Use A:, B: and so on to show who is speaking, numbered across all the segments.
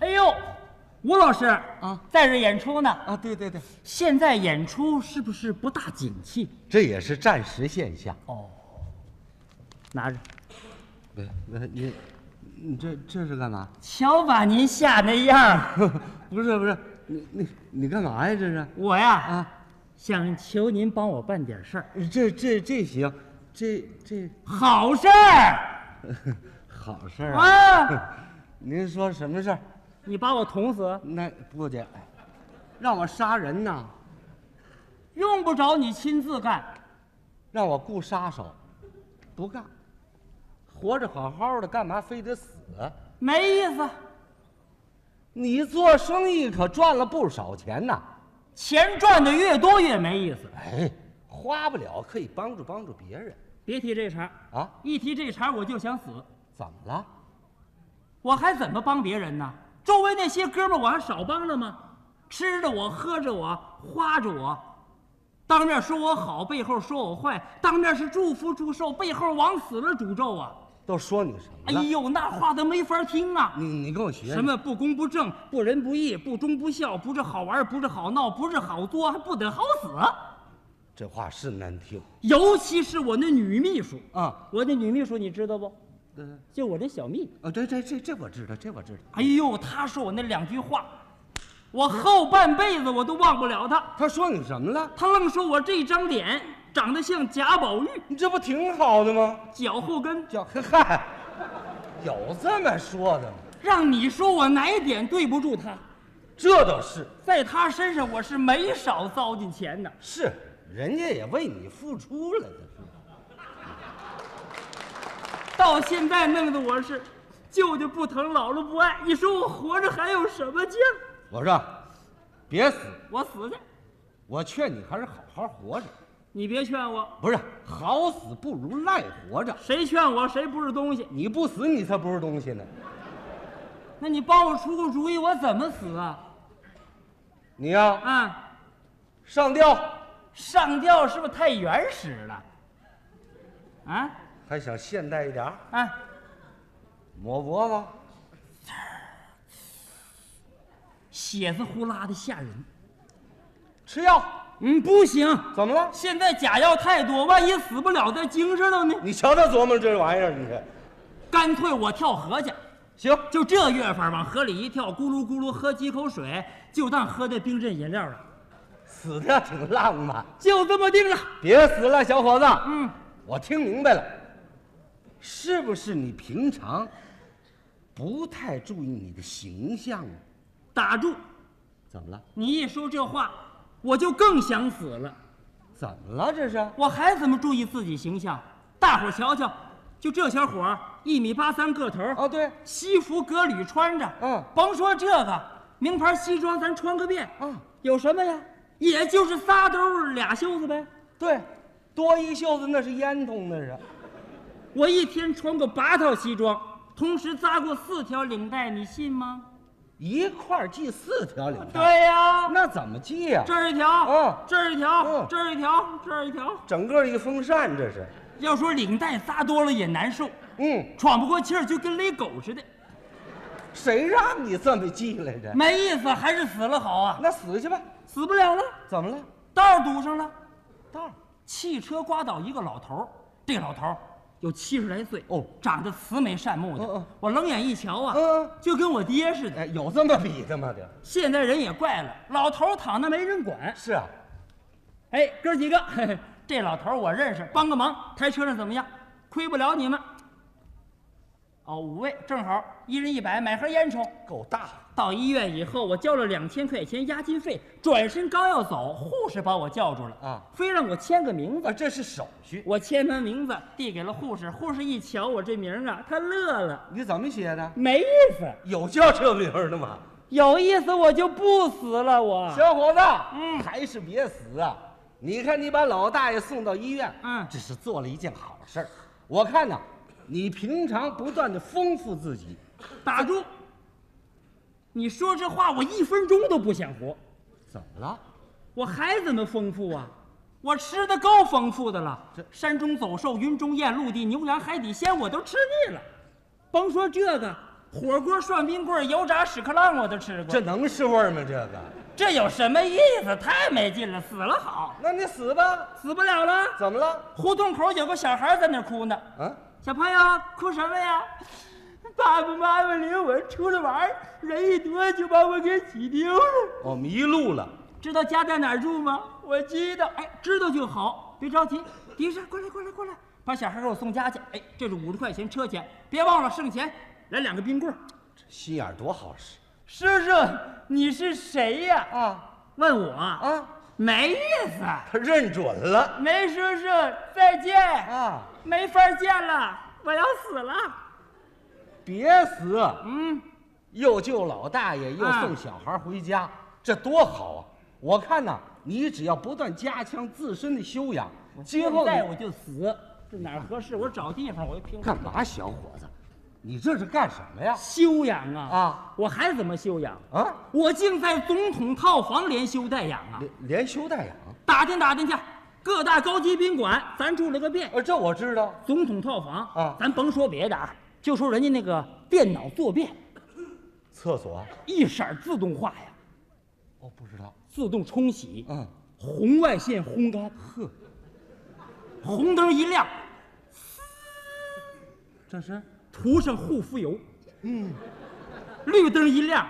A: 哎呦，吴老师
B: 啊，
A: 在这演出呢。
B: 啊，对对对，
A: 现在演出是不是不大景气？
B: 这也是暂时现象。
A: 哦拿着，
B: 不是，不是你，你这这是干嘛？
A: 瞧把您吓那样儿，
B: 不是不是，你你你干嘛呀？这是
A: 我呀，
B: 啊，
A: 想求您帮我办点事儿。
B: 这这这行，这这
A: 好事儿
B: 好事儿啊！
A: 啊！
B: 您说什么事儿？
A: 你把我捅死，
B: 那不姐，让我杀人呐，
A: 用不着你亲自干。
B: 让我雇杀手，不干，活着好好的，干嘛非得死？
A: 没意思，
B: 你做生意可赚了不少钱呐，
A: 钱赚的越多越没意思。
B: 哎，花不了可以帮助帮助别人
A: 别提这茬儿，
B: 啊？
A: 一提这茬儿我就想死，
B: 怎么了？
A: 我还怎么帮别人呢？周围那些哥们儿我还少帮着吗？吃着我，喝着我，花着我，当面说我好，背后说我坏，当面是祝福祝寿，背后往死了诅咒啊！
B: 都说你什么
A: 哎
B: 了？
A: 呦，那话都没法听啊！
B: 你你跟我学
A: 什么不公不正、不仁不义、不忠不孝、不是好玩儿、不是好闹、不是好作，还不得好死？
B: 啊这话是难听
A: 尤其是我那女秘书，
B: 啊！
A: 我那女秘书你知道不？
B: 呃
A: 就我这小秘，
B: 啊，对对，这这我知道，这我知道。
A: 哎呦，她说我那两句话，我后半辈子我都忘不了她。
B: 他说你什么了？
A: 她愣说我这张脸长得像贾宝玉，
B: 你这不挺好的吗？
A: 脚后跟，
B: 叫嗨，有这么说的吗？
A: 让你说我哪一点对不住她？
B: 这倒是
A: 在她身上我是没少糟践钱的。
B: 是，人家也为你付出了，这是
A: 到现在弄得我是舅舅不疼，姥姥不爱。你说我活着还有什么劲儿？
B: 我说，别死，
A: 我死去！
B: 我劝你还是好好活着，
A: 你别劝我，
B: 不是好死不如赖活着。
A: 谁劝我谁不是东西。
B: 你不死，你才不是东西呢。
A: 那你帮我出个主意，我怎么死啊？
B: 你呀、
A: 啊，
B: 上吊，
A: 上吊是不是太原始了？啊
B: 还想现代一点儿，
A: 啊，
B: 抹脖子。
A: 血丝呼啦的吓人。
B: 吃药，
A: 嗯，不行，
B: 怎么了？
A: 现在假药太多，万一死不了再精神了呢？
B: 你瞧他琢磨这玩意儿，你看，
A: 干脆我跳河去。
B: 行，
A: 就这月份儿往河里一跳，咕噜咕噜喝几口水，就当喝那冰镇饮料了。
B: 死的挺浪漫。
A: 就这么定了。
B: 别死了，小伙子。
A: 嗯，
B: 我听明白了，是不是你平常不太注意你的形象啊？
A: 打住！
B: 怎么了？
A: 你一说这话，我就更想死了。
B: 怎么了？这是？啊
A: 我还怎么注意自己形象？大伙儿瞧瞧，就这小伙儿，一米八三个头儿，
B: 啊，对，
A: 西服革履穿着，
B: 嗯
A: 甭说这个名牌西装，咱穿个遍，
B: 嗯，
A: 有什么呀？也就是仨兜儿俩袖子呗。
B: 对，多一袖子那是烟囱，那是。
A: 我一天穿过八套西装，同时扎过四条领带，你信吗？
B: 一块儿系四条领带，
A: 对呀、
B: 那怎么系呀、
A: 这儿一条，
B: 嗯
A: 这儿一条，
B: 嗯
A: 这儿一条，这儿一条。
B: 整个一风扇，这是。
A: 要说领带扎多了也难受，
B: 嗯，
A: 喘不过气儿，就跟勒狗似的，
B: 谁让你这么系来着？
A: 没意思，还是死了好啊！
B: 那死去吧。
A: 死不了了，
B: 怎么了？
A: 道儿堵上了，
B: 道儿
A: 汽车刮倒一个老头儿，这老头儿有七十来岁
B: 哦
A: 长得慈眉善目的，
B: 嗯嗯
A: 我冷眼一瞧啊，
B: 嗯嗯
A: 就跟我爹似的。
B: 哎，有这么比的吗？这
A: 现在人也怪了，老头儿躺那没人管，
B: 是啊，
A: 哎，哥儿几个， 嘿嘿这老头儿我认识，帮个忙，抬车上怎么样？亏不了你们。哦，五位正好，一人一百，买盒烟抽。
B: 够大。
A: 到医院以后，我交了两千块钱押金费，转身刚要走，护士把我叫住了
B: 啊
A: 非让我签个名字
B: 啊，。这是手续。
A: 我签完名字，递给了护士。护士一瞧我这名儿啊，他乐了，
B: 你怎么写的？
A: 没意思，
B: 有叫这名儿的吗？
A: 有意思我就不死了我。
B: 小伙子，
A: 嗯
B: 还是别死啊！你看，你把老大爷送到医院，
A: 嗯
B: 这是做了一件好事儿。我看呐，你平常不断的丰富自己，
A: 打住！你说这话，我一分钟都不想活。
B: 怎么了？
A: 我还怎么丰富啊？我吃的够丰富的了
B: 这，
A: 山中走兽、云中雁、陆地牛羊、海底鲜，我都吃腻了。甭说这个，火锅、涮冰棍、油炸屎壳郎我都吃过。
B: 这能是味儿吗？这个？
A: 这有什么意思？太没劲了，死了好，
B: 那你死吧！
A: 死不了了。
B: 怎么了？
A: 胡同口有个小孩在那儿哭呢，
B: 啊？
A: 小朋友哭什么呀？ 爸爸妈妈领我出来玩儿，人一多就把我给挤丢了。
B: 哦，迷路了。
A: 知道家在哪儿住吗？我知道，哎，知道就好，别着急。狄志，过来，过来，过来，把小孩给我送家去。哎，这是五十块钱车钱，别忘了剩钱，来两个冰棍儿。
B: 这心眼儿多好使
A: 叔叔，你是谁呀、
B: 啊！
A: 问我
B: 啊
A: 啊？没意思，
B: 他认准了
A: 梅叔叔，再见。
B: 啊！
A: 没法见了，我要死了。
B: 别死，
A: 嗯，
B: 又救老大爷，又
A: 啊
B: 送小孩回家，这多好啊！我看呐，你只要不断加强自身的修养，今后
A: 现在
B: 你
A: 我就死，这哪儿合适？我找地方，我就拼
B: 干嘛，小伙子？你这是干什么呀？
A: 修养啊
B: 啊！
A: 我还怎么修养？
B: 啊，
A: 我竟在总统套房连休带养啊！
B: 连连修带养？
A: 打听打听去，各大高级宾馆咱住了个遍。
B: 呃，这我知道。
A: 总统套房
B: 啊
A: 咱甭说别的啊，就说人家那个电脑坐便，
B: 厕所？啊
A: 一色儿自动化呀，
B: 哦，不知道。
A: 自动冲洗，
B: 嗯，
A: 红外线烘干，呵，红灯一亮，
B: 这是
A: 涂上护肤油，嗯，绿灯一亮，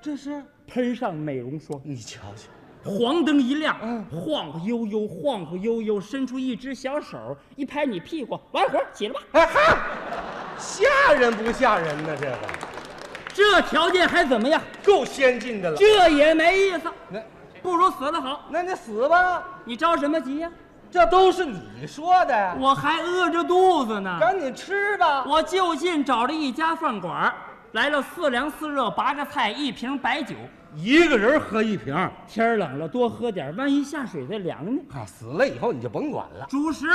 B: 这是，
A: 喷上美容霜。啊
B: 你瞧瞧，
A: 黄灯一亮，
B: 嗯
A: 晃晃悠悠，晃晃悠悠，伸出一只小手，一拍你屁股，完活儿起来吧。
B: 哎哈，吓人不吓人呢？这个
A: 这条件还怎么样？
B: 够先进的了。
A: 这也没意思，
B: 那
A: 不如死了好。
B: 那你死吧，
A: 你着什么急呀、
B: 这都是你说的呀，
A: 我还饿着肚子呢。
B: 赶紧吃吧。
A: 我就近找了一家饭馆儿，来了四凉四热八个菜，一瓶白酒。
B: 一个人喝一瓶，
A: 天儿冷了，多喝点儿，万一下水再凉呢。
B: 啊，死了以后你就甭管了。
A: 主食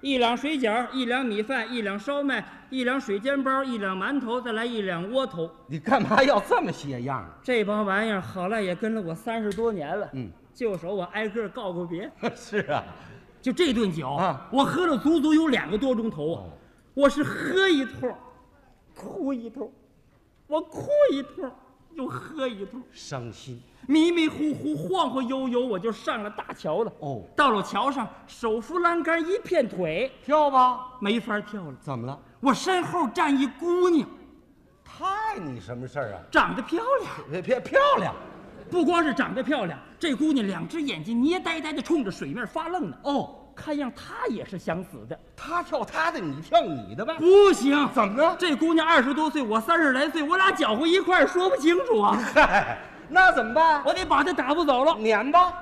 A: 一两水饺，一两米饭，一两烧麦，一两水煎包，一两馒头，再来一两窝头。
B: 你干嘛要这么些样啊？
A: 这帮玩意儿好赖也跟了我三十多年了，
B: 嗯，
A: 就手我挨个告过别。
B: 是啊，
A: 就这顿酒
B: 啊
A: 我喝了足足有两个多钟头啊！
B: 哦
A: 我是喝一通，哭一通，我哭一通，又喝一通，
B: 伤心
A: 迷迷糊糊、晃晃悠悠，我就上了大桥了。
B: 哦，
A: 到了桥上，手扶栏杆，一片腿，
B: 跳吧。
A: 没法跳了。
B: 怎么了？
A: 我身后站一姑娘，
B: 太你什么事儿啊？
A: 长得漂亮，
B: 别别漂亮
A: 不光是长得漂亮，这姑娘两只眼睛捏呆呆的冲着水面发愣呢。
B: 哦，
A: 看样她也是想死的。
B: 他跳他的，你跳你的呗。
A: 不行，
B: 怎么了？
A: 这姑娘二十多岁，我三十来岁，我俩搅和一块儿说不清楚啊！
B: 嗨，那怎么办？
A: 我得把她打发走了。
B: 撵吧。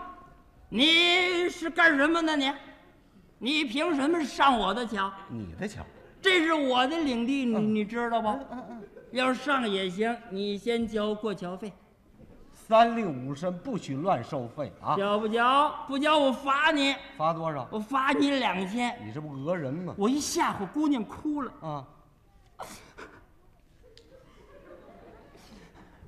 A: 你是干什么的你？你凭什么上我的桥？
B: 你的桥，
A: 这是我的领地，你
B: 嗯
A: 你知道吧？要上也行，你先交过桥费，
B: 三令五申不许乱收费啊！
A: 交不交？不交我罚你，
B: 罚多少？
A: 我罚你两千。
B: 你这不讹人吗？
A: 我一吓唬姑娘哭了，
B: 啊，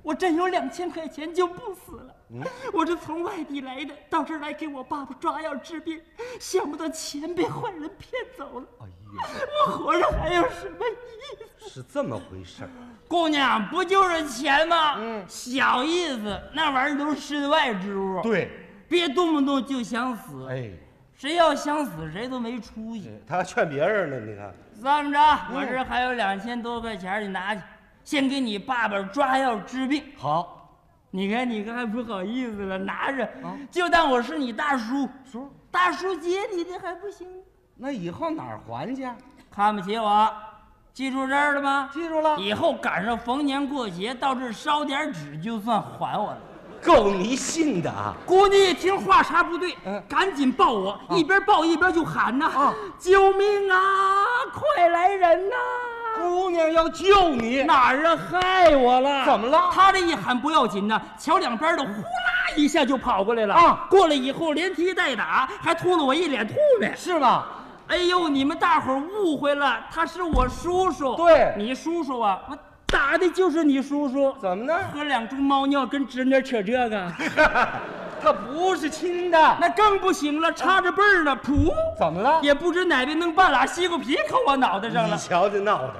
A: 我真有两千块钱就不死了。
B: 嗯
A: 我是从外地来的，到这儿来给我爸爸抓药治病，想不到钱被坏人骗走了。
B: 哎呀，
A: 我活着还有什么意思？
B: 是这么回事儿。
A: 姑娘，不就是钱吗？
B: 嗯
A: 小意思，那玩意儿都是身外之物。，
B: 对，
A: 别动不动就想死，
B: 哎，
A: 谁要想死谁都没出息。
B: 他还劝别人呢，你看。
A: 这么着，
B: 嗯
A: 我这儿还有两千多块钱儿，你拿去，先给你爸爸抓药治病。
B: 好，
A: 你看，你看，还不好意思了，拿着，
B: 啊
A: 就当我是你大叔，
B: 叔，
A: 大叔接你的还不行？
B: 那以后哪儿还去啊？
A: 看不起我，记住这儿了吗？
B: 记住了，
A: 以后赶上逢年过节到这儿烧点纸，就算还我了。
B: 够迷信的啊！
A: 姑娘一听话茬不对
B: 嗯，
A: 赶紧抱我，一边抱一边就喊呐、
B: 啊
A: 救命啊！快来人呐、
B: 姑娘要救你，
A: 哪儿啊？害我了！
B: 怎么了
A: 他这一喊不要紧呐，桥两边的呼啦一下就跑过来了。
B: 啊
A: 过来以后连踢带打，还吐了我一脸吐沫。
B: 是吗？
A: 哎呦，你们大伙儿误会了，他是我叔叔。
B: 对
A: 你叔叔啊，我打的就是你叔叔。
B: 怎么 呢？
A: 喝两盅猫尿跟侄女扯这个，
B: 他不是亲的，
A: 那更不行了，插着背儿呢，噗，
B: 怎么了？
A: 也不知哪边弄半拉西瓜皮扣我脑袋上
B: 你
A: 了。
B: 瞧这闹的，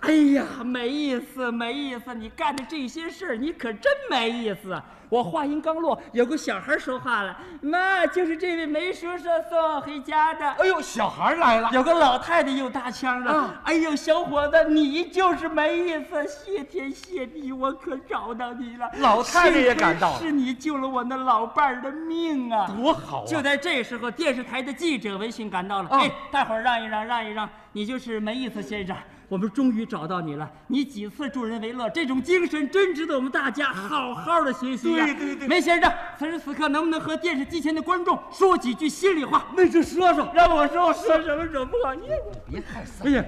A: 哎呀， 没意思，没意思！你干的这些事儿，你可真没意思啊！我话音刚落，有个小孩说话了：“妈，就是这位梅叔叔送我回家的。”
B: 哎呦，小孩来了，
A: 有个老太太又搭腔了，
B: 啊
A: 哎呦，小伙子，你就是没意思，谢天谢地，我可找到你了。
B: 老太太也赶到了
A: 幸亏是你救了我那老伴儿的命啊！
B: 多好啊！
A: 就在这时候，电视台的记者闻讯赶到了。
B: 啊
A: 哎，大伙儿让一让，让一让，你就是没意思先生，我们终于找到你了。你几次助人为乐，这种精神真值得我们大家好好的学习、啊。
B: 对对对
A: 梅先生，此时此刻能不能和电视机前的观众说几句心里话？
B: 那就说说，
A: 让我说我说什么惹不好你？
B: 别太丧
A: 哎，呀，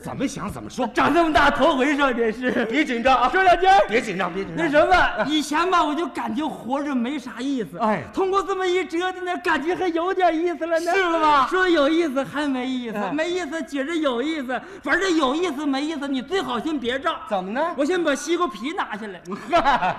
B: 怎么想怎么说，
A: 长这么大头回上这是，
B: 别紧张啊，
A: 说两句。
B: 别紧张，别 紧
A: 那
B: 张。
A: 什么，以前吧，我就感觉活着没啥意思。
B: 哎
A: 通过这么一折腾呢，感觉还有点意思了呢。
B: 是了吧
A: 说有意思还没意思，
B: 哎
A: 没意思觉着有意思，反正有意思没意思，你最好先别照。
B: 怎么呢？
A: 我先把西瓜皮拿下来。
B: 嗨